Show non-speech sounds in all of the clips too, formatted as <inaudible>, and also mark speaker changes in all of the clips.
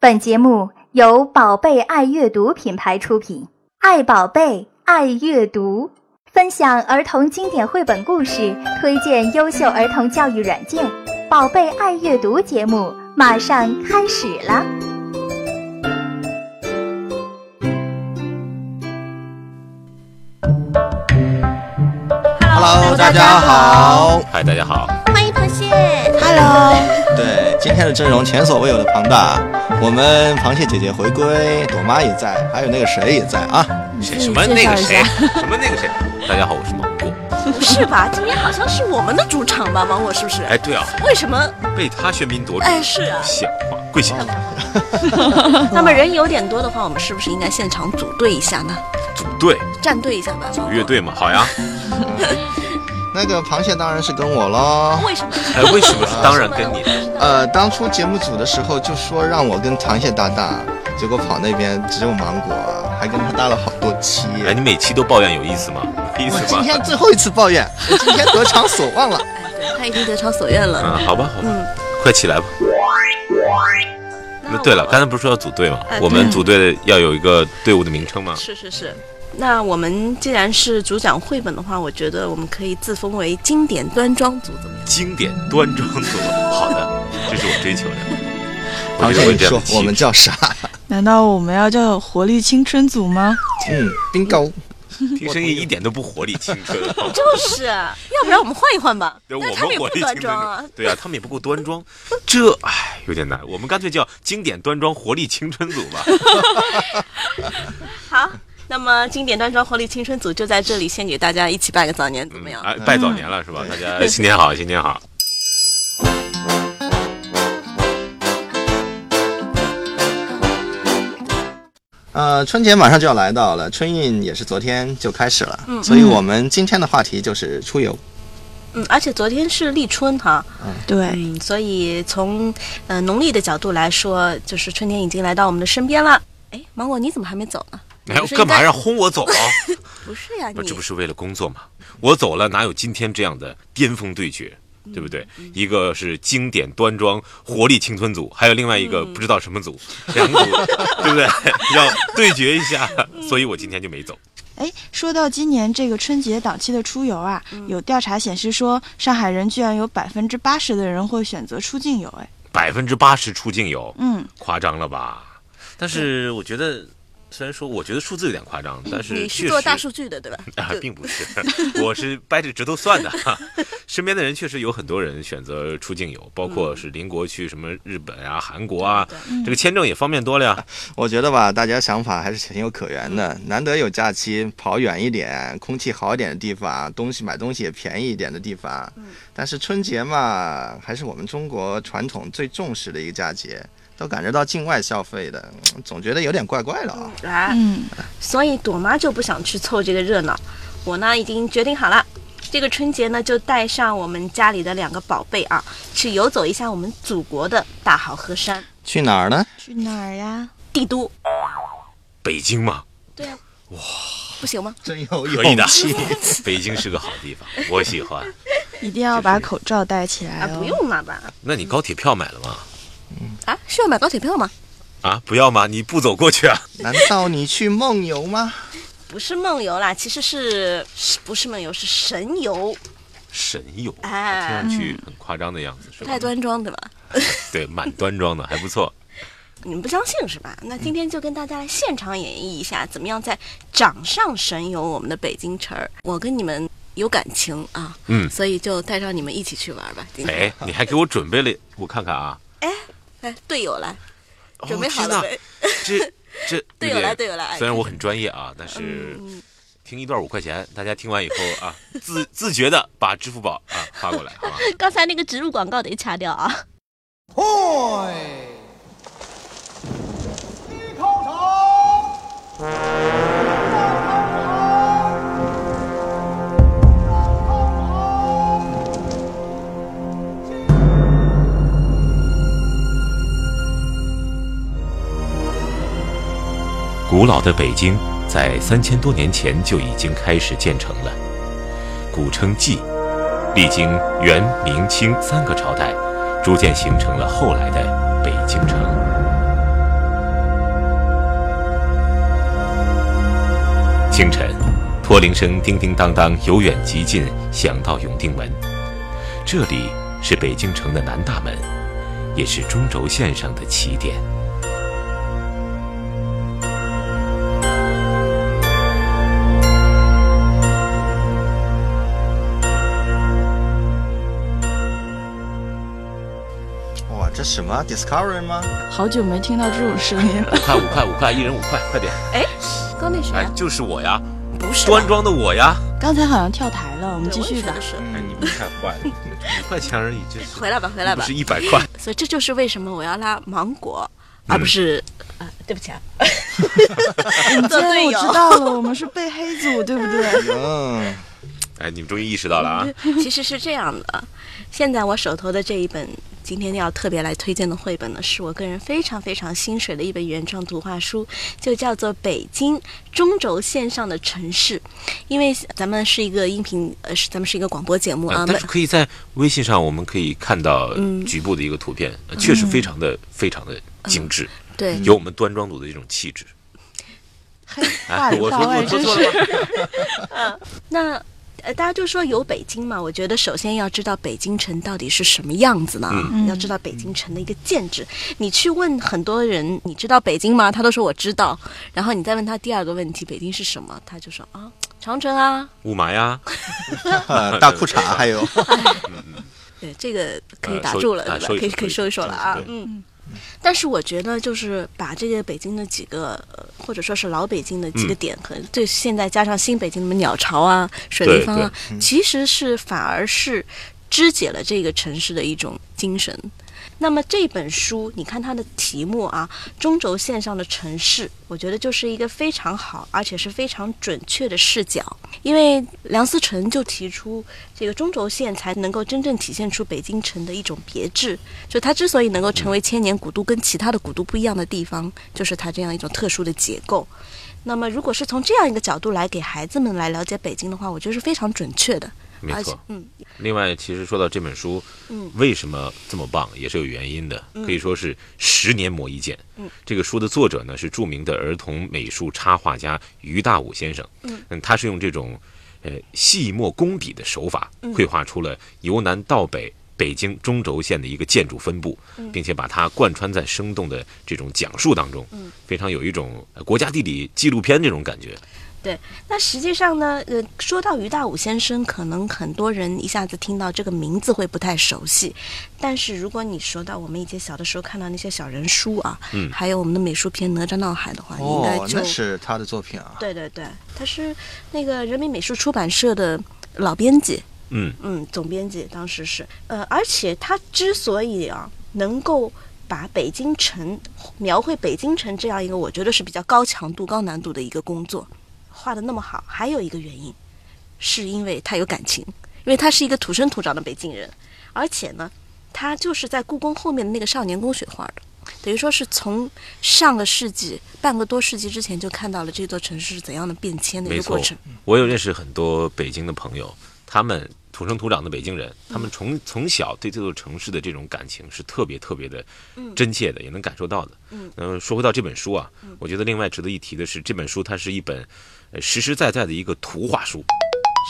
Speaker 1: 本节目由宝贝爱阅读品牌出品，爱宝贝，爱阅读，分享儿童经典绘本故事，推荐优秀儿童教育软件。宝贝爱阅读节目马上开始了。
Speaker 2: Hello，大家好。
Speaker 3: 嗨，大家好，
Speaker 4: 欢迎螃蟹。
Speaker 5: Hello，
Speaker 2: 对，今天的阵容前所未有的庞大，我们螃蟹姐姐回归，朵妈也在，还有那个谁也在啊。
Speaker 3: 谁
Speaker 5: 自己
Speaker 3: 什么
Speaker 5: 介
Speaker 3: 那
Speaker 5: 绍
Speaker 3: 个
Speaker 5: 一
Speaker 3: 谁
Speaker 5: 下，
Speaker 3: <laughs> 什么那个谁，大家好，我是芒果。
Speaker 5: 不是吧？今天好像是我们的主场吧，芒果是不是？
Speaker 3: 啊哎，对啊，
Speaker 5: 为什么？
Speaker 3: 被他喧宾夺主，
Speaker 5: 哎，是啊。
Speaker 3: 像话，跪下，嗯
Speaker 5: 那么人有点多的话，我们是不是应该现场组队一下呢？
Speaker 3: 组队，
Speaker 5: 站队一下吧，
Speaker 3: 组乐队嘛，好呀。
Speaker 2: 那个螃蟹当然是跟我喽
Speaker 5: 芒。果。为什么？
Speaker 3: 哎，为什么？当
Speaker 5: <laughs>
Speaker 3: 然跟你
Speaker 2: 呃，当初节目组的时候就说让我跟螃蟹搭档，结果跑那边只有芒果，还跟他搭了好多期。
Speaker 3: 哎，你每期都抱怨有意思吗？有意
Speaker 2: 我
Speaker 3: 思
Speaker 2: 今
Speaker 3: 吗？
Speaker 2: 天最后一次抱怨，我今天得偿所望了。
Speaker 5: 哎他已经得偿所愿了。
Speaker 3: <laughs> 嗯，好吧，好吧
Speaker 5: 嗯，
Speaker 3: 快起来吧。那对了，刚才不是说要组队吗
Speaker 5: 哎？
Speaker 3: 我们
Speaker 5: 嗯对
Speaker 3: 组队要有一个队伍的名称吗？
Speaker 5: 是是是。那我们既然是主讲绘本的话，我觉得我们可以自封为经典端庄组，怎么样？
Speaker 3: 经典端庄组，好的，这是我追求的。我
Speaker 2: 螃
Speaker 3: 觉得
Speaker 2: 蟹
Speaker 3: 我
Speaker 2: 你
Speaker 3: 这样
Speaker 2: 说
Speaker 3: 的气质
Speaker 2: 我们叫啥？
Speaker 6: 难道我们要叫活力青春组吗？
Speaker 2: 嗯，冰糕。
Speaker 3: 听声音一点都不活力青春。
Speaker 2: <laughs>
Speaker 5: 就是，啊要不然我们换一换吧。
Speaker 3: 啊对，
Speaker 5: 但
Speaker 3: 我
Speaker 5: 是
Speaker 3: 们
Speaker 5: 他们也
Speaker 3: 活
Speaker 5: 不
Speaker 3: 力
Speaker 5: 端
Speaker 3: 青春
Speaker 5: 庄啊。
Speaker 3: 对啊，他们也不够端庄，这唉有点难。我们干脆叫经典端庄活力青春组
Speaker 5: <laughs>
Speaker 3: 吧。
Speaker 5: 好，那么经典端庄活力青春组就在这里，先给大家一起拜个早年，怎么样？
Speaker 3: 哎，拜早
Speaker 5: 嗯
Speaker 3: 年了是吧？大家新年好，新年好。
Speaker 2: 呃，春节马上就要来到了，春运也是昨天就开始了，所以我们今天的话题就是出游。
Speaker 5: 嗯，而且昨天是立春哈，
Speaker 6: 对，
Speaker 5: 嗯，所以从呃农历的角度来说，就是春天已经来到我们的身边了。哎，芒果你怎么还没走呢？
Speaker 3: 哎，
Speaker 5: 不是应该
Speaker 3: 干嘛要轰我走
Speaker 5: <laughs>
Speaker 3: 啊？
Speaker 5: 不是呀，
Speaker 3: 不，
Speaker 5: 你
Speaker 3: 这不是为了工作吗？我走了，哪有今天这样的巅峰对决，
Speaker 5: 嗯
Speaker 3: 对不对？一个是经典端庄活力青春组，还有另外一
Speaker 5: 嗯
Speaker 3: 个不知道什么组，两组， <laughs> 对不对？要对决一下，
Speaker 5: 嗯
Speaker 3: 所以我今天就没走。
Speaker 6: 哎，说到今年这个春节档期的出游啊，有调查显示说，上海人居然有百分之八十的人会选择出境游。哎，
Speaker 3: 百分之八十出境游，
Speaker 6: 嗯，
Speaker 3: 夸张了吧？但是我觉得，虽然说我觉得数字有点夸张，但
Speaker 5: 你
Speaker 3: 是确
Speaker 5: 是
Speaker 3: 实
Speaker 5: 做大数据的对吧？
Speaker 3: 啊
Speaker 5: 就，
Speaker 3: 并不是，我是掰着指头算的。身边的人确实有很多人选择出境游，包
Speaker 5: 嗯
Speaker 3: 括是邻国去什么日本啊、韩国啊，这个签证也方便多了呀。
Speaker 2: 我觉得吧，大家想法还是情有可原的。难得有假期，跑远一点，空气好一点的地方，东西买东西也便宜一点的地方。但是春节嘛，还是我们中国传统最重视的一个佳节，都感觉到境外消费的，嗯总觉得有点怪怪的啊。
Speaker 5: <laughs> 啊，
Speaker 6: 嗯，
Speaker 5: 所以朵妈就不想去凑这个热闹。我呢已经决定好了，这个春节呢就带上我们家里的两个宝贝啊，去游走一下我们祖国的大好河山
Speaker 2: 去哪儿呢？
Speaker 6: 去哪儿呀？
Speaker 5: 帝都。
Speaker 3: 北京嘛，
Speaker 5: 对啊，哇，不行吗？
Speaker 2: 真有
Speaker 3: 可以的
Speaker 2: 勇气。
Speaker 3: <laughs> 北京是个好地方，我喜欢。
Speaker 6: 一定要把口罩戴起来
Speaker 5: 啊，
Speaker 6: 哦。
Speaker 5: 不用了吧？
Speaker 3: 那你高铁票买了吗？
Speaker 5: 啊，需要买高铁票吗？
Speaker 3: 啊，不要吗？你不走过去啊？
Speaker 2: 难道你去梦游吗？
Speaker 5: 不是梦游啦，其实是是不是梦游是神游？
Speaker 3: 神游，听
Speaker 5: 哎
Speaker 3: 上去很夸张的样子，是吧
Speaker 5: 太？端庄对吧？
Speaker 3: 对，蛮端庄的，还不错。
Speaker 5: 你们不相信是吧？那今天就跟大家来现场演绎一下，怎么样在掌上神游我们的北京城儿。我跟你们有感情啊，
Speaker 3: 嗯
Speaker 5: 所以就带上你们一起去玩吧。今天，
Speaker 3: <laughs> 哎，你还给我准备了，我看看啊。
Speaker 5: 哎，队友来，<laughs>
Speaker 3: 哦
Speaker 5: 准备好
Speaker 3: 天
Speaker 5: 了
Speaker 3: 哪
Speaker 5: 没？
Speaker 3: <laughs> 这
Speaker 5: <laughs>
Speaker 3: 这
Speaker 5: 队友来队友来哎嗯
Speaker 3: 虽然我很专业啊，但是听一段五块钱，大家听完以后啊，自自觉的把支付宝啊发过来，好吧？
Speaker 5: 刚才那个植入广告得掐掉啊。
Speaker 3: 古老的北京在三千多年前就已经开始建成了，古称纪，历经元、明清三个朝代，逐渐形成了后来的北京城。清晨，驼铃声叮叮当当由远及近响到永定门。这里是北京城的南大门，也是中轴线上的起点。
Speaker 2: 哇，这什么 Discovery 吗？
Speaker 6: 好久没听到这种声音了。
Speaker 3: 五块五块五块，一人五块，快点！
Speaker 5: 哎，刚那谁
Speaker 3: 哎
Speaker 5: 啊？，
Speaker 3: 就是我呀，
Speaker 5: 不是吧
Speaker 3: 端庄的我呀。
Speaker 6: <laughs> 刚才好像跳台了，我们
Speaker 5: 对
Speaker 6: 继
Speaker 5: 我也
Speaker 6: 续
Speaker 5: 觉
Speaker 6: 吧
Speaker 5: 得。是。
Speaker 3: 哎，你们太坏了，五块钱而已，这
Speaker 5: <laughs>
Speaker 3: 是
Speaker 5: 回来吧，回来
Speaker 3: 不
Speaker 5: 吧
Speaker 3: 是。一百块。
Speaker 5: 所以这就是为什么我要拉芒果，而不是啊，对不起啊，做
Speaker 6: 对，
Speaker 5: 队
Speaker 6: 我
Speaker 5: 友
Speaker 6: 知。道了，我们是被黑组，对不对？
Speaker 2: 嗯，
Speaker 3: 哎，你们终于意识到了啊！
Speaker 5: <laughs> 其实是这样的，现在我手头的这一本今天要特别来推荐的绘本呢，是我个人非常非常心水的一本原创图画书，就叫做《北京中轴线上的城市》。因为咱们是一个音频，呃，是咱们是一个广播节目啊嗯
Speaker 3: 呃，但是可以在微信上，我们可以看到局部的一个图片，呃确实非常的非常的精致，
Speaker 5: 对，
Speaker 3: 有我们端庄组的这种气质。
Speaker 6: 话
Speaker 3: 哎，
Speaker 6: 里
Speaker 3: 我
Speaker 6: 话
Speaker 3: 说
Speaker 6: 外
Speaker 3: 我说
Speaker 6: 真
Speaker 3: 错
Speaker 6: 是
Speaker 3: 了吗？
Speaker 5: 那呃，大家就说有北京嘛，我觉得首先要知道北京城到底是什么样子的啊，要知道北京城的一个建制。你去问很多人，你知道北京吗？他都说我知道。然后你再问他第二个问题，北京是什么？他就说啊，长城啊。
Speaker 3: 雾霾呀，
Speaker 2: <laughs> 呃大裤衩还有，
Speaker 5: 对，这个可以
Speaker 3: 呃
Speaker 5: 打
Speaker 3: 收
Speaker 5: 住了，
Speaker 3: 啊
Speaker 5: 对吧？
Speaker 3: 收一
Speaker 5: 可以可以
Speaker 3: 收可以
Speaker 5: 说一说了啊
Speaker 3: 收一，收
Speaker 5: 嗯。但是我觉得，就是把这个北京的几个，呃或者说是老北京的几个
Speaker 3: 嗯
Speaker 5: 点，和对现在加上新北京什么鸟巢啊、水立
Speaker 3: 对
Speaker 5: 方啊，其实是反而是肢解了这个城市的一种精神。那么这本书，你看它的题目啊，《中轴线上的城市》，我觉得就是一个非常好，而且是非常准确的视角。因为梁思成就提出，这个中轴线才能够真正体现出北京城的一种别致。就它之所以能够成为千年古都，跟其他的古都不一样的地方，就是它这样一种特殊的结构。那么，如果是从这样一个角度来给孩子们来了解北京的话，我觉得是非常准确的。
Speaker 3: 没
Speaker 5: 而且
Speaker 3: 错。，
Speaker 5: 嗯，
Speaker 3: 另外，其实说到这本书，
Speaker 5: 嗯
Speaker 3: 为什么这么棒，也是有原因的，可以说是十年磨一剑。
Speaker 5: 嗯，
Speaker 3: 这个书的作者呢是著名的儿童美术插画家于大武先生。
Speaker 5: 嗯
Speaker 3: 他是用这种呃细墨工笔的手法，
Speaker 5: 嗯
Speaker 3: 绘画出了由南到北。北京中轴线的一个建筑分布，
Speaker 5: 嗯
Speaker 3: 并且把它贯穿在生动的这种讲述当中，
Speaker 5: 嗯
Speaker 3: 非常有一种呃国家地理纪录片这种感觉。
Speaker 5: 那实际上呢，呃，说到于大武先生，可能很多人一下子听到这个名字会不太熟悉，但是如果你说到我们以前小的时候看到那些小人书啊，
Speaker 3: 嗯
Speaker 5: 还有我们的美术片《哪吒闹海》的话，你应该
Speaker 2: <laughs> 哦，
Speaker 5: 就
Speaker 2: 那是他的作品啊。
Speaker 5: 对对对，他是那个人民美术出版社的老编辑，
Speaker 3: 嗯
Speaker 5: 嗯，总编辑当时是，呃，而且他之所以啊能够把北京城描绘北京城这样一个，我觉得是比较高强度、高难度的一个工作，画的那么好，还有一个原因，是因为他有感情，因为他是一个土生土长的北京人，而且呢，他就是在故宫后面的那个少年宫学画的。等于说是从上个世纪半个多世纪之前就看到了这座城市是怎样的变迁的一
Speaker 3: 没
Speaker 5: 个
Speaker 3: 错
Speaker 5: 过程。，
Speaker 3: 我有认识很多北京的朋友，他们土生土长的北京人，他们从从小对这座城市的这种感情是特别特别的真切的，也能感受到的。
Speaker 5: 嗯，
Speaker 3: 那说回到这本书啊，我觉得另外值得一提的是，这本书它是一本呃实实在在的一个图画书。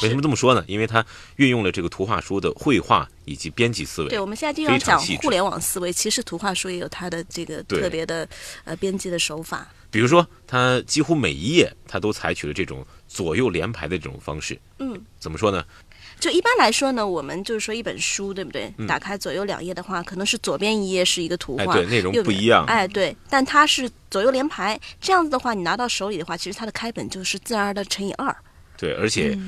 Speaker 3: 为什么这么说呢？因为它运用了这个图画书的绘画以及编辑思维。
Speaker 5: 对，我们现在经常
Speaker 3: 非常
Speaker 5: 讲
Speaker 3: 细致
Speaker 5: 互联网思维，其实图画书也有它的这个
Speaker 3: 对
Speaker 5: 特别的呃编辑的手法。
Speaker 3: 比如说，它几乎每一页它都采取了这种左右连排的这种方式。
Speaker 5: 嗯，
Speaker 3: 怎么说呢？
Speaker 5: 就一般来说呢，我们就是说一本书，对不对？打开左右两页的话，可能是左边一页是一个图画，
Speaker 3: 嗯哎对内容
Speaker 5: 右边
Speaker 3: 不一样
Speaker 5: 哎，对，但它是左右连排，这样子的话，你拿到手里的话，其实它的开本就是自然而然的乘以二。
Speaker 3: 对，而且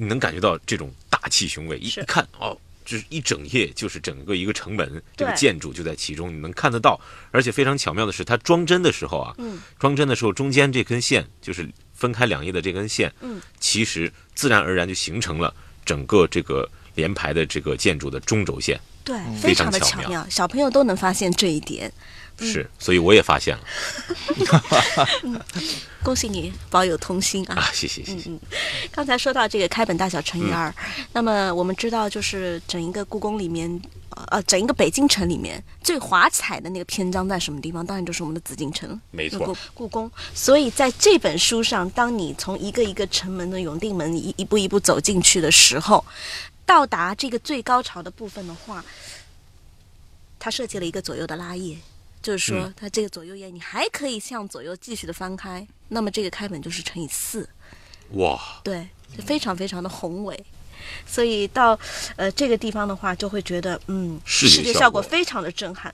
Speaker 3: 你能感觉到这种大气雄伟，一
Speaker 5: 嗯是
Speaker 3: 一看哦，就是一整页就是整个一个城门，这个
Speaker 5: 对
Speaker 3: 建筑就在其中，你能看得到。而且非常巧妙的是，它装帧的时候啊，
Speaker 5: 嗯
Speaker 3: 装帧的时候中间这根线就是分开两页的这根线，
Speaker 5: 嗯
Speaker 3: 其实自然而然就形成了整个这个连排的这个建筑的中轴线。
Speaker 5: 对，
Speaker 3: 嗯非
Speaker 5: 常
Speaker 3: 常
Speaker 5: 的
Speaker 3: 巧
Speaker 5: 巧
Speaker 3: 妙
Speaker 5: 妙，小朋友都能发现这一点。
Speaker 3: 是，所以我也发现了
Speaker 5: 恭喜你保有童心啊！
Speaker 3: 啊，谢谢谢谢，
Speaker 5: 刚才说到这个开本大小乘
Speaker 3: 嗯
Speaker 5: 以二、那么我们知道，就是整一个故宫里面，呃，呃整一个北京城里面最华彩的那个篇章在什么地方？当然就是我们的紫禁城，
Speaker 3: 没
Speaker 5: 故
Speaker 3: 错，
Speaker 5: 故宫。所以在这本书上，当你从一个一个城门的永定门一一步一步走进去的时候，到达这个最高潮的部分的话，它设计了一个左右的拉页，就是说
Speaker 3: 嗯
Speaker 5: 它这个左右页你还可以向左右继续的翻开，那么这个开本就是乘以四。
Speaker 3: 哇，
Speaker 5: 对，就非常非常的宏伟。所以到呃这个地方的话，就会觉得嗯，
Speaker 3: 视觉
Speaker 5: 视觉
Speaker 3: 效
Speaker 5: 效果
Speaker 3: 果
Speaker 5: 非常的震撼。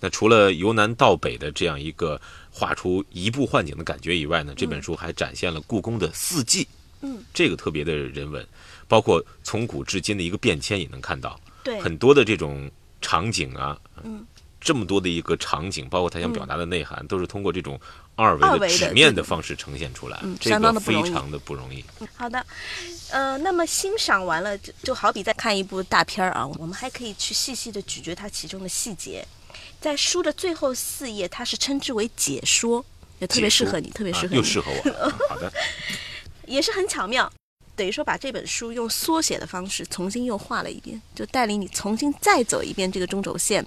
Speaker 3: 那除了由南到北的这样一个画出移步换景的感觉以外呢，这本书还展现了故宫的四季，
Speaker 5: 嗯，
Speaker 3: 这个特别的人文，包括从古至今的一个变迁也能看到，
Speaker 5: 对，
Speaker 3: 很多的这种场景啊，
Speaker 5: 嗯，
Speaker 3: 这么多的一个场景，包括他想表达的内涵，都是通过这种二
Speaker 5: 二
Speaker 3: 维
Speaker 5: 维
Speaker 3: 的
Speaker 5: 的
Speaker 3: 纸面的方式呈现出来，
Speaker 5: 嗯
Speaker 3: 这
Speaker 5: 相当
Speaker 3: 个
Speaker 5: 的不容
Speaker 3: 非
Speaker 5: 易
Speaker 3: 常的不容易。
Speaker 5: 好的，呃，那么欣赏完了，就就好比在看一部大片儿啊，我们还可以去细细的咀嚼它其中的细节。在书的最后四页，它是称之为解说，也特别适合你，特别适合
Speaker 3: 啊，
Speaker 5: 你，
Speaker 3: 又适合我。啊好的，
Speaker 5: 也是很巧妙。等于说把这本书用缩写的方式重新又画了一遍，就带领你重新再走一遍这个中轴线，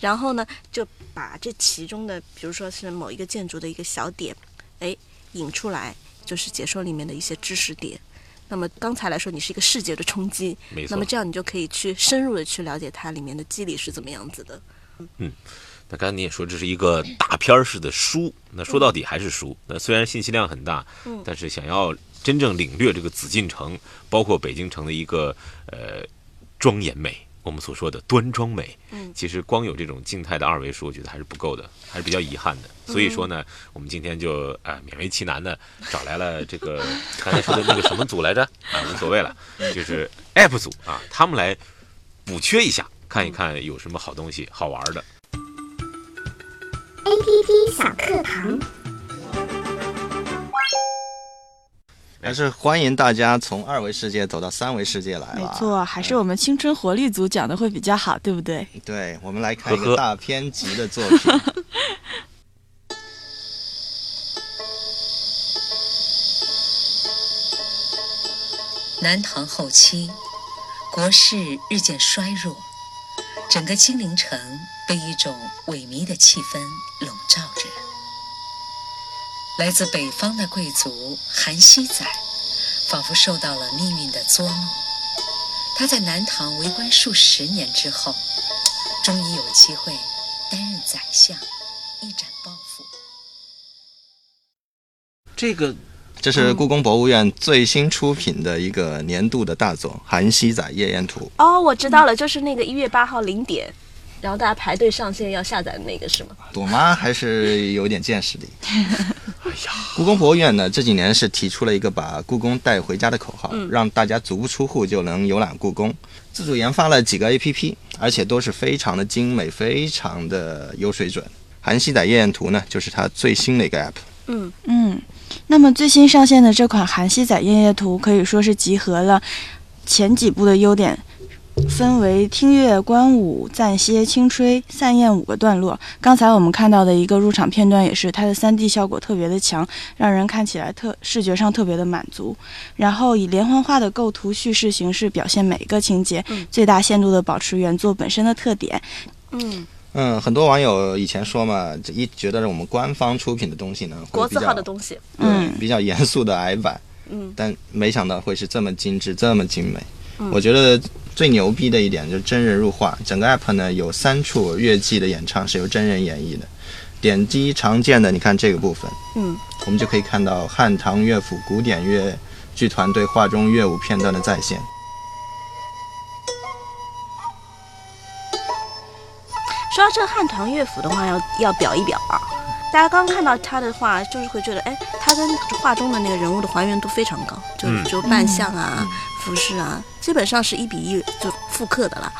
Speaker 5: 然后呢，就把这其中的，比如说是某一个建筑的一个小点，哎，引出来，就是解说里面的一些知识点。那么刚才来说，你是一个视觉的冲击， <laughs>
Speaker 3: 没错
Speaker 5: 那么这样你就可以去深入的去了解它里面的机理是怎么样子的。
Speaker 3: 那刚才你也说这是一个大片儿式的书，那说到底还是书。那虽然信息量很大，但是想要真正领略这个紫禁城，包括北京城的一个呃庄严美，我们所说的端庄美，其实光有这种静态的二维书，我觉得还是不够的，还是比较遗憾的。所以说呢，我们今天就啊、呃勉为其难的找来了这个刚才说的那个什么组来着啊，无所谓了，就是 App 组啊，他们来补缺一下，看一看有什么好东西、好玩儿的。
Speaker 4: APP 小课堂。
Speaker 2: 但是欢迎大家从二维世界走到三维世界来了。
Speaker 6: 没，错，还
Speaker 3: 哎
Speaker 6: 是我们青春活力组讲的会比较好，对不对？
Speaker 2: 对，我们来看一
Speaker 3: 呵
Speaker 2: 个
Speaker 3: 呵
Speaker 2: 大片集的作
Speaker 5: <laughs>
Speaker 2: 品。
Speaker 7: 南唐后期，国势日渐衰弱，整个金陵城被一种萎靡的气氛笼罩着。来自北方的贵族韩熙载，仿佛受到了命运的捉弄。他在南唐为官数十年之后，终于有机会担任宰相，一展抱负。
Speaker 3: 这个
Speaker 2: 这是故宫博物院最新出品的一个年度的大作《韩熙载夜宴图
Speaker 5: 哦，我知道了，就是那个一月八号零点，然后大家排队上线要下载的那个是吗？》，
Speaker 2: 朵妈还是有点见识的。
Speaker 5: 哎
Speaker 2: 故宫博物院呢这几年是提出了一个把故宫带回家的口号，
Speaker 5: 嗯
Speaker 2: 让大家足不出户就能游览故宫。自主研发了几个 APP，而且都是非常的精美，非常的有水准。《韩熙载夜宴图》呢，就是它最新的一个 app。
Speaker 6: 嗯，那么最新上线的这款《韩熙载夜夜图》可以说是集合了前几部的优点，分为听乐、观舞、暂歇、轻吹、散宴五个段落。刚才我们看到的一个入场片段也是，它的 3D 效果特别的强，让人看起来特视觉上特别的满足。然后以连环画的构图叙事形式表现每一个情节，最大限度的保持原作本身的特点。
Speaker 5: 嗯，
Speaker 2: 嗯，很多网友以前说嘛，这一觉得我们官方出品的东西呢，会
Speaker 5: 国
Speaker 2: 比
Speaker 5: 字号
Speaker 2: 较
Speaker 5: 的东西。
Speaker 6: 嗯
Speaker 2: 对，比较严肃的矮版，
Speaker 5: 嗯，
Speaker 2: 但没想到会是这么精致，这么精美。我觉得最牛逼的一点就是真人入画，整个 app 呢有三处乐器的演唱是由真人演绎的。点击常见的，你看这个部分，
Speaker 5: 嗯，
Speaker 2: 我们就可以看到汉唐乐府古典乐剧团对画中乐舞片段的再现。
Speaker 5: 说到这个汉唐乐府的话，要要表一表啊。大家刚看到他的话，就是会觉得，哎，他跟画中的那个人物的还原度非常高，就
Speaker 3: 嗯
Speaker 5: 就扮相啊、服饰啊，基本上是一比一就复刻的啦。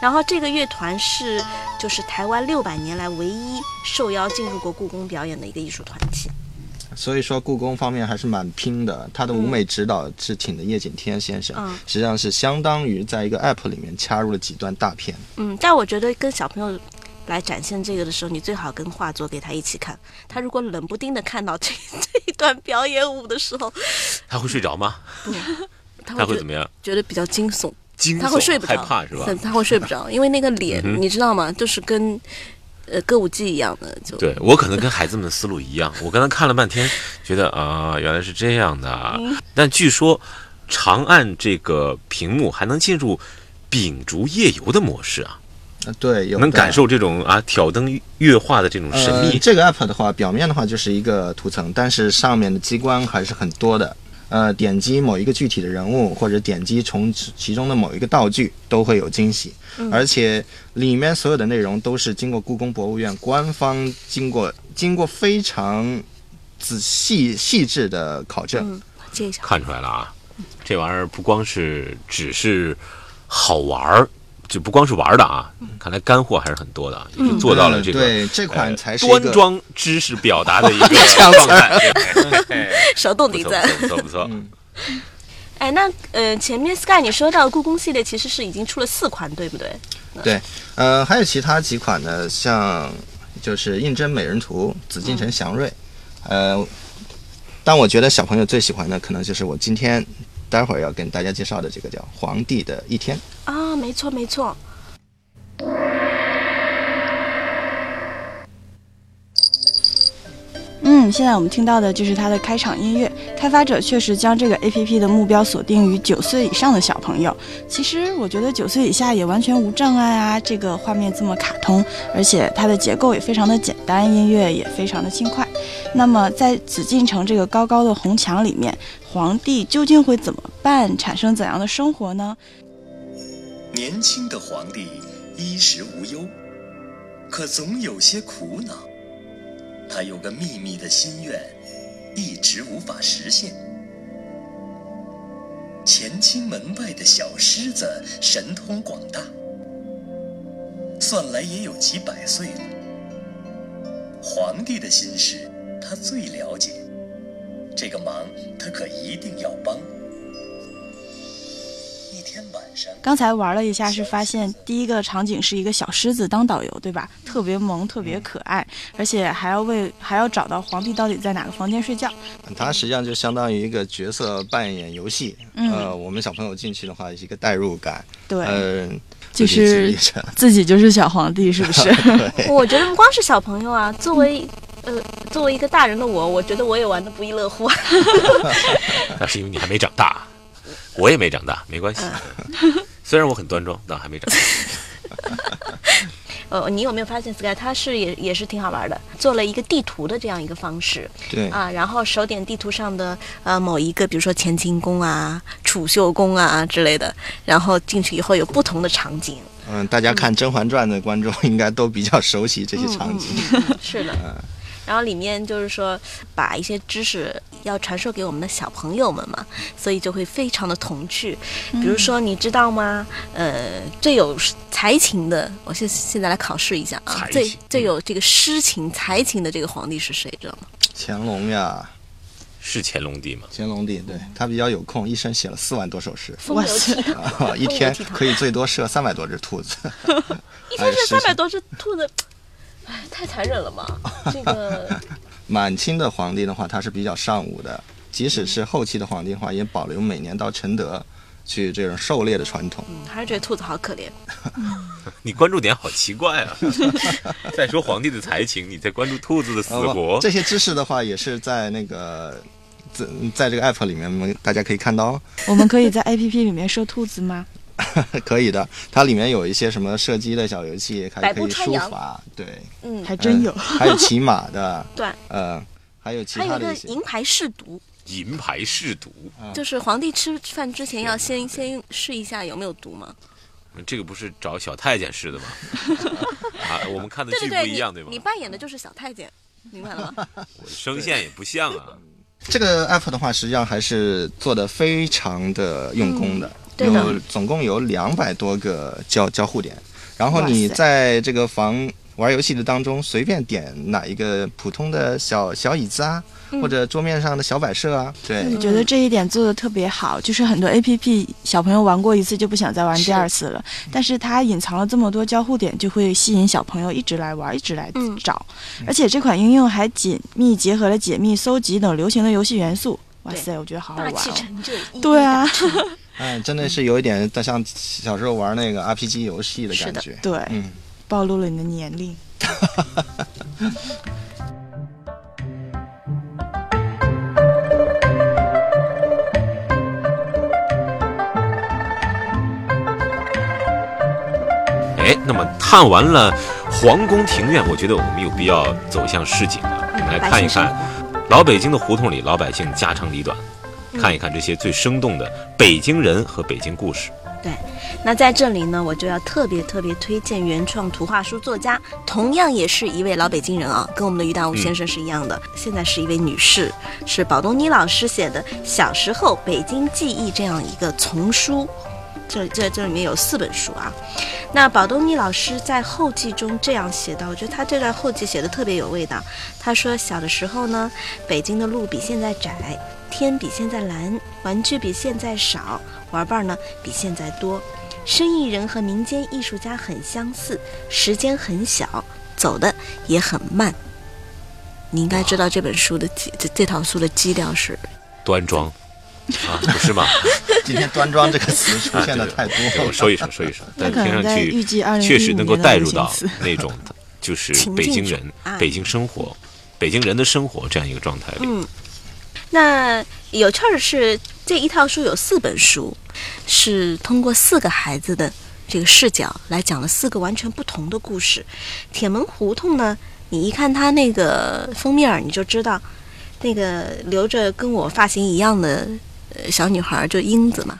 Speaker 5: 然后这个乐团是就是台湾六百年来唯一受邀进入过故宫表演的一个艺术团体。
Speaker 2: 所以说，故宫方面还是蛮拼的。他的舞美指导是请的叶景天先生，
Speaker 5: 嗯
Speaker 2: 实际上是相当于在一个 app 里面掐入了几段大片。
Speaker 5: 嗯，但我觉得跟小朋友来展现这个的时候，你最好跟画作给他一起看。他如果冷不丁的看到这 <laughs> 这一段表演舞的时候，
Speaker 3: 他会睡着吗？
Speaker 5: 他
Speaker 3: 他
Speaker 5: 会
Speaker 3: 会
Speaker 5: 觉
Speaker 3: 怎
Speaker 5: 得
Speaker 3: 么样？
Speaker 5: 觉得比较惊悚，
Speaker 3: 惊
Speaker 5: 他会
Speaker 3: 悚
Speaker 5: 睡不着，
Speaker 3: 害怕是吧
Speaker 5: 对？他会睡不
Speaker 3: <laughs>
Speaker 5: 着，因为那个脸
Speaker 3: 嗯哼
Speaker 5: 你知道吗？就是跟呃歌舞伎一样的，就
Speaker 3: 对我可能跟孩子们的思路一样， <laughs> 我刚才看了半天，觉得啊，原来是这样的啊。
Speaker 5: 嗯
Speaker 3: 但据说长按这个屏幕还能进入秉烛夜游的模式啊，
Speaker 2: 呃对，有
Speaker 3: 能
Speaker 2: 的
Speaker 3: 感受这种啊挑灯夜话的这种神秘
Speaker 2: 呃。这个 app 的话，表面的话就是一个图层，但是上面的机关还是很多的。呃，点击某一个具体的人物，或者点击从其其中的某一个道具，都会有惊喜。而且里面所有的内容都是经过故宫博物院官方经过经过非常仔细细致的考证。
Speaker 5: 嗯，接一
Speaker 3: <laughs>
Speaker 5: 下，
Speaker 3: 看出来了啊，这玩意儿不光是只是好玩儿，就不光是玩儿的啊，看来干货还是很多的啊，也是做到了这
Speaker 2: 嗯
Speaker 3: 个。
Speaker 2: 对这款
Speaker 3: 呃
Speaker 2: 才是一个
Speaker 3: 端庄知识表达的一
Speaker 2: <laughs>
Speaker 3: 个状态，对
Speaker 5: 手动
Speaker 3: 不
Speaker 5: 点
Speaker 3: 错
Speaker 5: 赞。
Speaker 3: 不错不错，
Speaker 2: 嗯
Speaker 3: 不错
Speaker 5: 哎，那呃，前面 Sky 你说到故宫系列其实是已经出了四款，对不对？
Speaker 2: 对，呃，还有其他几款呢，像就是应真美人图、紫禁城祥瑞，
Speaker 6: 嗯
Speaker 2: 呃，但我觉得小朋友最喜欢的可能就是我今天待会儿要跟大家介绍的这个叫《皇帝的一天》。
Speaker 5: 啊，没错没错，
Speaker 6: 嗯，现在我们听到的就是它的开场音乐。开发者确实将这个 APP 的目标锁定于九岁以上的小朋友。其实我觉得九岁以下也完全无障碍啊，这个画面这么卡通，而且它的结构也非常的简单，音乐也非常的轻快。那么在紫禁城这个高高的红墙里面，皇帝究竟会怎么办，产生怎样的生活呢？
Speaker 8: 年轻的皇帝衣食无忧，可总有些苦恼。他有个秘密的心愿，一直无法实现。乾清门外的小狮子神通广大，算来也有几百岁了。皇帝的心事，他最了解。这个忙，他可一定要帮。一天晚上。
Speaker 6: 刚才玩了一下，是发现第一个场景是一个小狮子当导游，对吧？特别萌，特别可爱，而且还要为还要找到皇帝到底在哪个房间睡觉。
Speaker 2: 它实际上就相当于一个角色扮演游戏，呃，我们小朋友进去的话，一个代入感，
Speaker 6: 嗯对，
Speaker 2: 呃，
Speaker 6: 就
Speaker 2: 自己
Speaker 6: 是
Speaker 2: 激励
Speaker 6: <laughs>
Speaker 2: 着
Speaker 6: 自己就是小皇帝，是不 <laughs> 是？
Speaker 5: 我觉得不光是小朋友啊，作为呃作为一个大人的我，我觉得我也玩的不亦乐
Speaker 3: <laughs>
Speaker 5: 乎。 <laughs>
Speaker 3: 那是因为你还没长大，我也没长大，没关系。
Speaker 2: 嗯
Speaker 3: 虽然我很端庄，但还没长大。
Speaker 5: 呃，你有没有发现 Sky 它是也也是挺好玩的，做了一个地图的这样一个方式
Speaker 2: 对，
Speaker 5: 啊，然后手点地图上的呃某一个，比如说乾清宫啊、储秀宫啊之类的，然后进去以后有不同的场景。
Speaker 2: 嗯，大家看《甄嬛传》的观众应该都比较熟悉这些
Speaker 6: 嗯
Speaker 2: 场景。
Speaker 5: 是的。
Speaker 3: 嗯
Speaker 5: 然后里面就是说，把一些知识要传授给我们的小朋友们嘛，所以就会非常的童趣。比如说，你知道吗？呃，最有才情的，我现现在来考试一下啊
Speaker 3: 才，
Speaker 5: 最
Speaker 3: 情嗯
Speaker 5: 最有这个诗情才情的这个皇帝是谁？知道吗？
Speaker 2: 乾隆呀，
Speaker 3: 是乾隆帝吗？
Speaker 2: 乾隆帝，对他比较有空，一生写了四万多首诗。
Speaker 5: 风流倜傥，
Speaker 2: 啊， <laughs> 一天可以最多射三百多只兔子。 <laughs> 哎
Speaker 5: 一天是
Speaker 2: 是
Speaker 5: 三百多只兔子，哎，太残忍了嘛！这个
Speaker 2: 满清的皇帝的话，他是比较尚武的，即使是后期的皇帝的话，也保留每年到承德去这种狩猎的传统。
Speaker 5: 嗯还是觉得兔子好可怜。
Speaker 3: 你关注点好奇怪
Speaker 2: <laughs>
Speaker 3: 啊！再说皇帝的才情，你在关注兔子的死
Speaker 2: 呃
Speaker 3: 活。
Speaker 2: 这些知识的话，也是在那个在在这个 app 里面，大家可以看到哦， <laughs>
Speaker 6: 我们可以在 APP 里面射兔子吗？
Speaker 2: 可以的。它里面有一些什么射击的小游戏，还
Speaker 5: 百
Speaker 2: 可
Speaker 5: 步
Speaker 2: 以
Speaker 5: 穿
Speaker 2: 书
Speaker 5: 杨
Speaker 2: 法，对，
Speaker 5: 嗯，
Speaker 6: 还真有。
Speaker 2: 嗯还有骑马的，
Speaker 5: <laughs> 对，
Speaker 2: 呃，还有其
Speaker 5: 还有
Speaker 2: 他
Speaker 5: 一
Speaker 2: 的
Speaker 5: 个
Speaker 2: 一些。
Speaker 5: 银牌试毒，
Speaker 3: 银牌试毒，
Speaker 5: 就是皇帝吃饭之前要先 <laughs> 先试一下有没有毒嘛？
Speaker 3: 这个不是找小太监试的吗？啊，我们看的
Speaker 5: 对
Speaker 3: 剧
Speaker 5: 对
Speaker 3: 不
Speaker 5: 对，
Speaker 3: 一样，对
Speaker 5: 你
Speaker 3: 吗
Speaker 5: 你？扮演的就是小太监，明白了吗？
Speaker 3: 我的声线也不像啊。
Speaker 2: 这个 app 的话，实际上还是做的非常的用功的，
Speaker 5: 嗯对的
Speaker 2: 有总共有两百多个交交互点，然后
Speaker 6: 哇塞
Speaker 2: 你在这个房玩游戏的当中随便点哪一个普通的小小椅子啊，
Speaker 5: 嗯
Speaker 2: 或者桌面上的小摆设啊，对
Speaker 6: 我觉得这一点做的特别好，就是很多 A P P 小朋友玩过一次就不想再玩第二次了，
Speaker 5: 嗯
Speaker 6: 但是它隐藏了这么多交互点，就会吸引小朋友一直来玩，一直来
Speaker 5: 嗯
Speaker 6: 找。而且这款应用还紧密结合了解密、搜集等流行的游戏元素。哇
Speaker 5: 对
Speaker 6: 塞，我觉得好好
Speaker 5: 大
Speaker 6: 玩、
Speaker 5: 气
Speaker 6: 哦。
Speaker 5: 沉着，一
Speaker 6: 对啊
Speaker 5: 一打沉
Speaker 2: 哎，真的是有一点像小时候玩那个 RPG 游戏的
Speaker 5: 是
Speaker 2: 感
Speaker 5: 的
Speaker 2: 觉。
Speaker 6: 对，
Speaker 2: 嗯，
Speaker 6: 暴露了你的年龄。
Speaker 3: 哎，那么看完了皇宫庭院，我觉得我们有必要走向市井了。我们来看一看老北京的胡同里老百姓家长里短，看一看这些最生动的北京人和北京故事。
Speaker 5: 那在这里呢，我就要特别特别推荐原创图画书作家，同样也是一位老北京人啊，跟我们的于大武先生是一样的，现在是一位女士，是宝东妮老师写的《小时候北京记忆》这样一个丛书。这这这里面有四本书啊，那宝东妮老师在后记中这样写道，我觉得他这段后记写的特别有味道。他说小的时候呢，北京的路比现在窄，天比现在蓝，玩具比现在少，玩伴儿呢比现在多，生意人和民间艺术家很相似，时间很小，走的也很慢。你应该知道这本书的基这这套书的基调是
Speaker 3: 端庄啊，不是吗？
Speaker 2: 今天“端庄”这个词出现的太多
Speaker 3: 我
Speaker 2: 了。
Speaker 3: 说一声，说一声，
Speaker 6: 那
Speaker 3: 但
Speaker 6: 可
Speaker 3: 听
Speaker 6: 能
Speaker 3: 上
Speaker 6: 在预
Speaker 3: 去
Speaker 6: 计二零
Speaker 3: 确实能够带入到
Speaker 6: 词。
Speaker 3: 那种就是
Speaker 5: 情
Speaker 3: 北
Speaker 5: 境
Speaker 3: 京
Speaker 5: 中
Speaker 3: 人
Speaker 5: 啊、
Speaker 3: 北京生活、北京人的生活这样一个状态里。
Speaker 5: 嗯那有趣儿的是，这一套书有四本书，是通过四个孩子的这个视角来讲了四个完全不同的故事。铁门胡同呢，你一看它那个封面儿，你就知道，那个留着跟我发型一样的呃小女孩儿就英子嘛，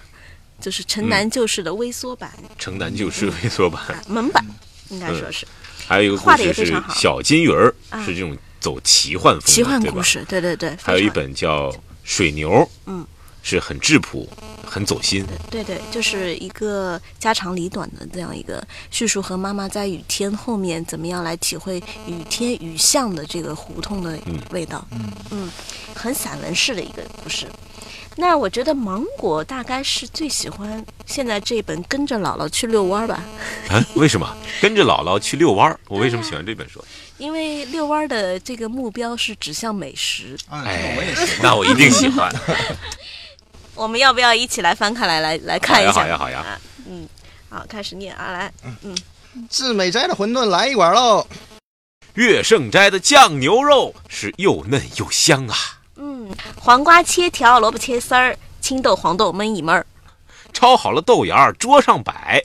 Speaker 5: 就是城
Speaker 3: 嗯
Speaker 5: 南旧事的微缩版、
Speaker 3: 城南旧事微缩
Speaker 5: <laughs>
Speaker 3: 版，
Speaker 5: 啊门版，
Speaker 3: 嗯
Speaker 5: 应该说是、
Speaker 3: 还有一个故
Speaker 5: 画得也
Speaker 3: 事
Speaker 5: 非
Speaker 3: 是
Speaker 5: 常好
Speaker 3: 小金鱼儿
Speaker 5: 啊，
Speaker 3: 是这种走奇幻风的，
Speaker 5: 奇幻
Speaker 3: 对吧
Speaker 5: 故事，对对对，非
Speaker 3: 还有一
Speaker 5: 常
Speaker 3: 本叫《水牛》，
Speaker 5: 嗯，
Speaker 3: 是很质朴、很走心。
Speaker 5: 对对，就是一个家长里短的这样一个叙述，和妈妈在雨天后面怎么样来体会雨天雨巷的这个胡同的味道，嗯很散文式的一个故事。那我觉得芒果大概是最喜欢现在这本《跟着姥姥去遛弯儿》吧，
Speaker 3: 啊，为什么跟着姥姥去遛弯儿？我为什么
Speaker 5: 嗯
Speaker 3: 喜欢这本书？
Speaker 5: 因为遛弯儿的这个目标是指向美食。
Speaker 2: 哎，
Speaker 3: 哎
Speaker 2: 我也喜，欢。
Speaker 3: 那我一定喜欢。
Speaker 5: 我们要不要一起来翻开来来来 <laughs> 看一下？
Speaker 3: 好哎呀好呀好呀
Speaker 5: 啊嗯，好，开始念啊，来，
Speaker 2: 至美斋的馄饨来一碗喽！
Speaker 3: 岳盛斋的酱牛肉是又嫩又香啊，
Speaker 5: 嗯，黄瓜切条，萝卜切丝儿，青豆、黄豆焖一焖儿。
Speaker 3: 焯好了豆芽儿桌上摆，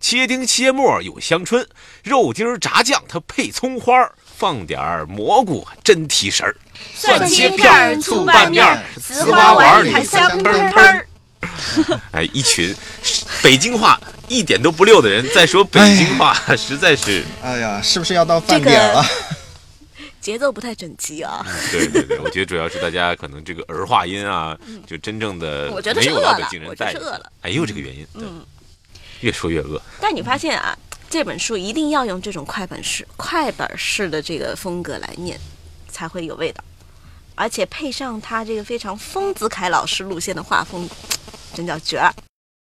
Speaker 3: 切丁切末有香椿，肉丁儿炸酱它配葱花儿，放点儿蘑菇真提神儿。
Speaker 5: 蒜
Speaker 3: 切片儿醋拌面儿
Speaker 5: 紫
Speaker 3: 花丸里
Speaker 5: 还
Speaker 3: 香
Speaker 5: 香
Speaker 3: 喷
Speaker 5: 喷
Speaker 3: 喷
Speaker 5: 喷
Speaker 3: 儿。哎，一群北京话一点都不溜的人在说北京话，实在是。
Speaker 2: 哎呀，是不是要到饭点了？
Speaker 5: 节奏不太整齐啊，
Speaker 3: 对对对，我觉得主要是大家可能这个儿化音啊，就真正的
Speaker 5: 我觉得
Speaker 3: 没
Speaker 5: 是
Speaker 3: 有
Speaker 5: 饿
Speaker 3: 老北
Speaker 5: 了
Speaker 3: 京人
Speaker 5: 我觉得
Speaker 3: 带
Speaker 5: 是
Speaker 3: 着
Speaker 5: 饿了，
Speaker 3: 哎，也有这个原因。对，越说越饿。
Speaker 5: 嗯但你发现啊，这本书一定要用这种快本式、快本式的这个风格来念，才会有味道，而且配上他这个非常丰子恺老师路线的画风，真叫绝儿。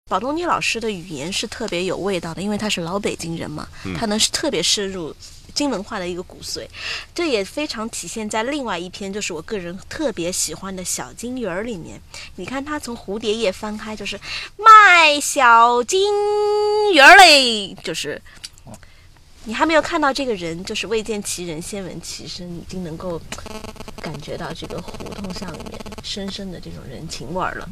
Speaker 5: 宝东妮老师的语言是特别有味道的，因为他是老北京人嘛，
Speaker 3: 嗯
Speaker 5: 他能特别深入京文化的一个骨髓，这也非常体现在另外一篇就是我个人特别喜欢的小金鱼儿里面。你看他从蝴蝶页翻开，就是卖小金鱼儿嘞，就是
Speaker 6: 哦
Speaker 5: 你还没有看到这个人，就是未见其人先闻其声，已经能够感觉到这个胡同巷里面深深的这种人情味儿了。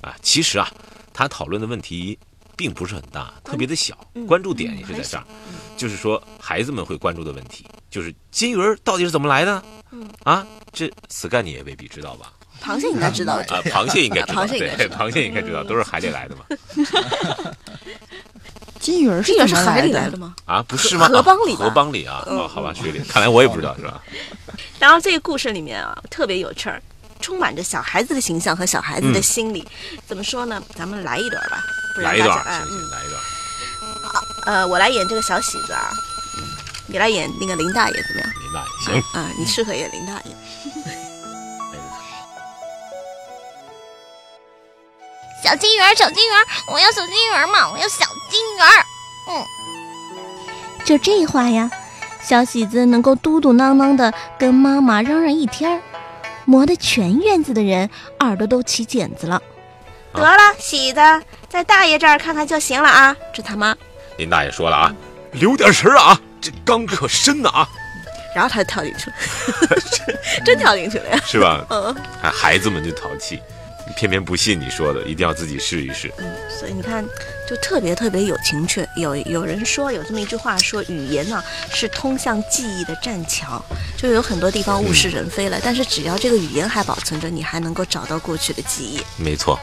Speaker 3: 啊，其实啊，他讨论的问题并不是很大，特别的小，
Speaker 5: 嗯
Speaker 3: 关注点也是在这儿，就是说孩子们会关注的问题，就是金鱼儿到底是怎么来的？
Speaker 5: 嗯
Speaker 3: 啊，这死干你也未必知道吧？
Speaker 5: 螃蟹应该知
Speaker 6: 嗯
Speaker 5: 道，
Speaker 3: 啊，螃蟹应该知道，
Speaker 5: 哎螃蟹应该
Speaker 3: 对，
Speaker 5: 知道嗯
Speaker 3: 螃蟹应该知道，都是海里来的嘛。
Speaker 6: 金鱼儿是
Speaker 5: 这个
Speaker 6: 怎
Speaker 5: 是
Speaker 6: 么
Speaker 5: 海里来
Speaker 6: 的
Speaker 5: 的？吗？
Speaker 3: 啊，不是吗？
Speaker 5: 河帮里
Speaker 3: 啊
Speaker 5: 吧嗯
Speaker 3: 河帮里啊，哦，好吧，水里，看来我也不知道是吧？
Speaker 5: 然后这个故事里面啊，特别有趣儿，充满着小孩子的形象和小孩子的心理。怎么说呢？咱们来一段儿吧，不然
Speaker 3: 嗯来一
Speaker 5: 大
Speaker 3: 段
Speaker 5: 家
Speaker 3: 儿，
Speaker 5: 哎
Speaker 3: 行
Speaker 5: 嗯
Speaker 3: 行，来一段儿。
Speaker 5: 呃，我来演这个小喜子啊。嗯，你来演那个林大爷怎么样？
Speaker 3: 林大爷行，
Speaker 5: 啊，你适合演林 <laughs> 大爷。
Speaker 4: 小金鱼儿，小金鱼儿，我要小金鱼儿嘛，我要小金鱼儿。
Speaker 5: 嗯
Speaker 9: 就这话呀，小喜子能够嘟嘟囔囔的跟妈妈嚷嚷一天儿，磨得全院子的人耳朵都起茧子了。
Speaker 5: 得了，喜子，在大爷这儿看看就行了啊。这他妈，
Speaker 3: 林大爷说了啊，留点神儿啊，这缸可深了啊，
Speaker 5: 然后他就跳进去了， <laughs> 真跳进去了呀。
Speaker 3: 是吧？
Speaker 5: 嗯，
Speaker 3: 啊，孩子们就淘气，偏偏不信你说的，一定要自己试一试。
Speaker 5: 所以你看，就特别特别有情趣。有有人说有这么一句话说，语言呢、是通向记忆的栈桥，就有很多地方物是人非了，但是只要这个语言还保存着，你还能够找到过去的记忆。
Speaker 3: 没错，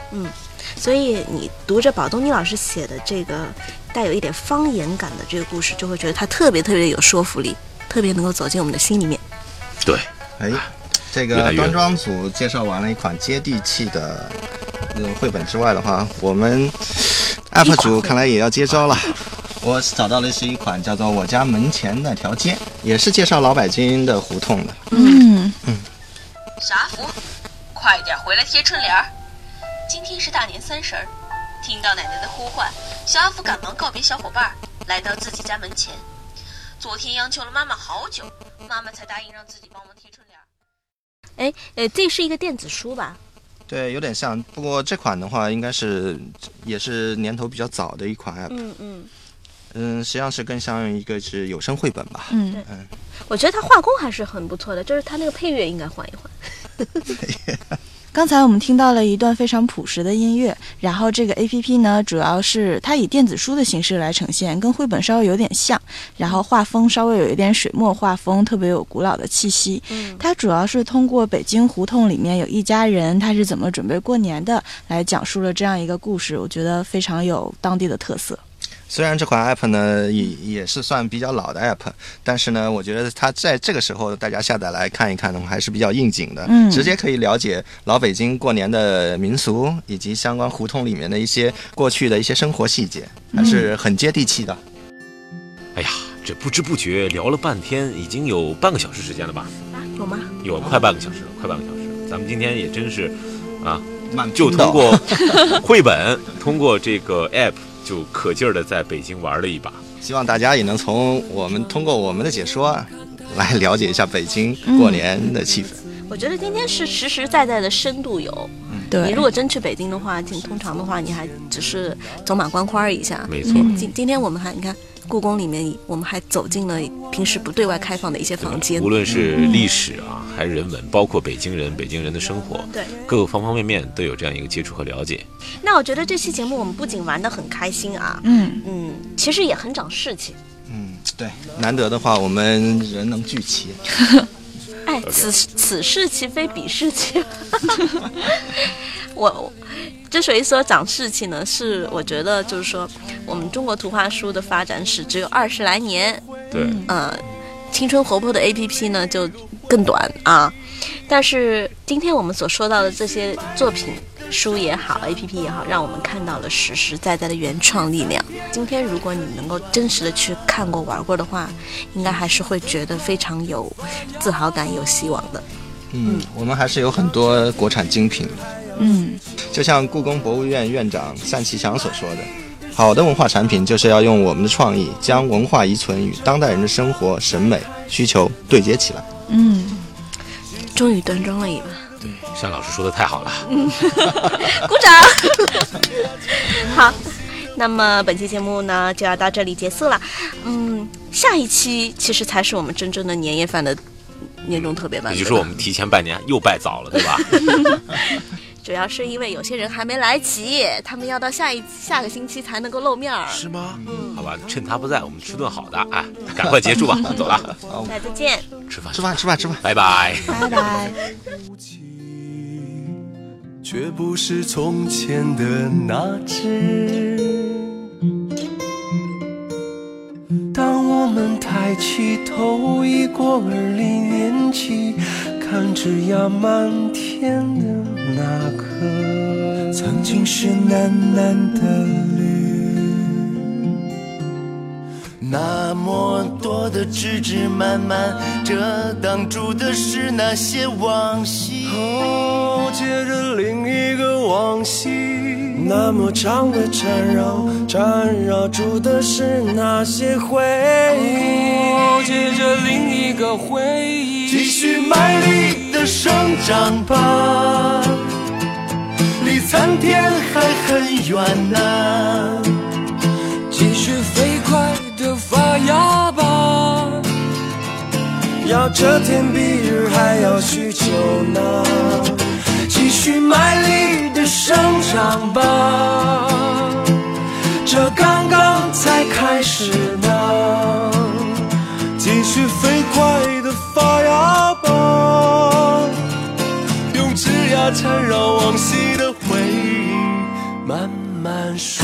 Speaker 5: 所以你读着宝东尼老师写的这个带有一点方言感的这个故事，就会觉得它特别特别有说服力，特别能够走进我们的心里面。
Speaker 3: 对，
Speaker 2: 哎，这
Speaker 3: 越来
Speaker 2: 个
Speaker 3: 越
Speaker 2: 端庄组介绍完了一款接地气的呃绘本之外的话，我们 UP 主看来也要接招了。我找到的是一款叫做《我家门前那条街》，也是介绍老北京的胡同的。
Speaker 6: 嗯，
Speaker 10: 啥福？快点回来贴春联儿！今天是大年三十儿，听到奶奶的呼唤，小阿福赶忙告别小伙伴儿，来到自己家门前。昨天央求了妈妈好久，妈妈才答应让自己帮忙贴春联儿。
Speaker 5: 哎，呃，这是一个电子书吧？
Speaker 2: 对，有点像，不过这款的话应该是也是年头比较早的一款 app，
Speaker 5: 嗯嗯，
Speaker 2: 嗯，实际上是更像一个是有声绘本吧。
Speaker 5: 我觉得它画工还是很不错的，就是它那个配乐应该换一换。
Speaker 6: 刚才我们听到了一段非常朴实的音乐，然后这个 A P P 呢，主要是它以电子书的形式来呈现，跟绘本稍微有点像，然后画风稍微有一点水墨画风，特别有古老的气息。
Speaker 5: 嗯
Speaker 6: 它主要是通过北京胡同里面有一家人他是怎么准备过年的，来讲述了这样一个故事，我觉得非常有当地的特色。
Speaker 2: 虽然这款 app 呢也也是算比较老的 app，但是呢，我觉得它在这个时候大家下载来看一看呢，还是比较应景的。
Speaker 6: 嗯
Speaker 2: 直接可以了解老北京过年的民俗以及相关胡同里面的一些过去的一些生活细节，还是很接地气的。
Speaker 3: 哎呀，这不知不觉聊了半天，已经有半个小时时间了吧？
Speaker 5: 啊，有吗？
Speaker 3: 有快半个小时了，快半个小时。咱们今天也真是啊，
Speaker 2: 慢
Speaker 3: 就
Speaker 2: 拼的
Speaker 3: 通过 <laughs> 绘本，通过这个 app 就可劲儿的在北京玩了一把。
Speaker 2: 希望大家也能从我们通过我们的解说啊来了解一下北京过年的气氛。
Speaker 5: 我觉得今天是实实在在的深度游。你
Speaker 6: 对
Speaker 5: 如，果真去北京的话，挺通常的话，你还只是走马观花一下。
Speaker 3: 没错，
Speaker 6: 嗯
Speaker 5: 今今天我们还你看故宫里面，我们还走进了平时不对外开放的一些房间
Speaker 3: 无。论是历史啊，还是人文，包括北京人、北京人的生活，
Speaker 5: 对，
Speaker 3: 各个方方面面都有这样一个接触和了解。
Speaker 5: 那我觉得这期节目我们不仅玩得很开心啊，
Speaker 6: 嗯，
Speaker 5: 嗯，其实也很长士气。
Speaker 2: 嗯，对，难得的话我们人能聚齐。
Speaker 5: 哎，此此是其非彼是其。 <laughs> 我我之所以说长士气呢，是我觉得就是说，我们中国图画书的发展史只有二十来年，
Speaker 3: 对，
Speaker 5: 呃，青春活泼的 APP 呢就更短啊。但是今天我们所说到的这些作品，书也好，APP 也好，让我们看到了实实在在的原创力量。今天如果你能够真实的去看过、玩过的话，应该还是会觉得非常有自豪感、有希望的。
Speaker 2: 嗯，我们还是有很多国产精品。
Speaker 6: 嗯，
Speaker 2: 就像故宫博物院院长单其祥所说的，好的文化产品就是要用我们的创意，将文化遗存与当代人的生活、审美需求对接起来。
Speaker 6: 嗯，
Speaker 5: 终于端庄了一把。
Speaker 3: 单老师说的太好了，
Speaker 5: 鼓掌。 <laughs> 好，那么本期节目呢就要到这里结束了。嗯，下一期其实才是我们真正的年夜饭的年终特别版，
Speaker 3: 也
Speaker 5: 对
Speaker 3: 就是
Speaker 5: 吧
Speaker 3: 我们提前拜年又拜早了，对吧？
Speaker 5: 主要是因为有些人还没来齐，他们要到下一下个星期才能够露面儿。
Speaker 3: 是吗？嗯好吧，趁他不在，我们吃顿好的啊，赶快结束吧，走了，
Speaker 5: 那再见。
Speaker 3: 吃饭
Speaker 2: 吃，饭，吃饭，吃饭。
Speaker 3: 拜拜。
Speaker 6: 拜拜。
Speaker 8: 绝不是从前的那只。当我们抬起头，已过而立年纪，看枝桠满天的那颗，曾经是喃喃的绿。
Speaker 11: 那么多的枝枝蔓蔓，遮挡住的是那些往昔。
Speaker 12: 哦，接着另一个往昔，那么长的缠绕，缠绕住的是那些回忆。哦，接着另一个回忆，
Speaker 11: 继续卖力的生长吧，离苍天还很远呐、
Speaker 12: 继续飞快的发芽吧，要遮天蔽日，还要需求呢。继续卖力的生长吧，这刚刚才开始呢。继续飞快的发芽吧，用枝桠缠绕往昔的回忆，慢慢数。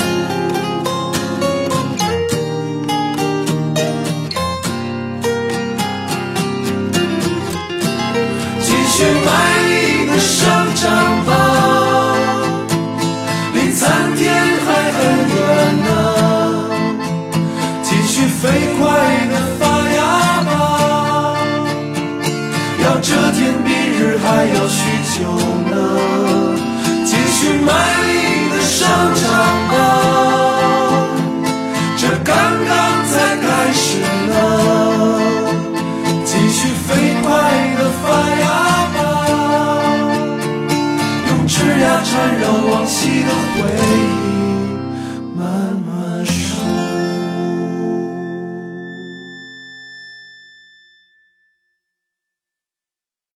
Speaker 12: 继续卖力的生长吧，离苍天还很远呢。继续飞快的发芽吧，要遮天蔽日，还要许久呢。继续卖力的生长吧，这刚刚才开始呢。继续飞快的发芽吧，用枝桠缠绕往昔的回忆，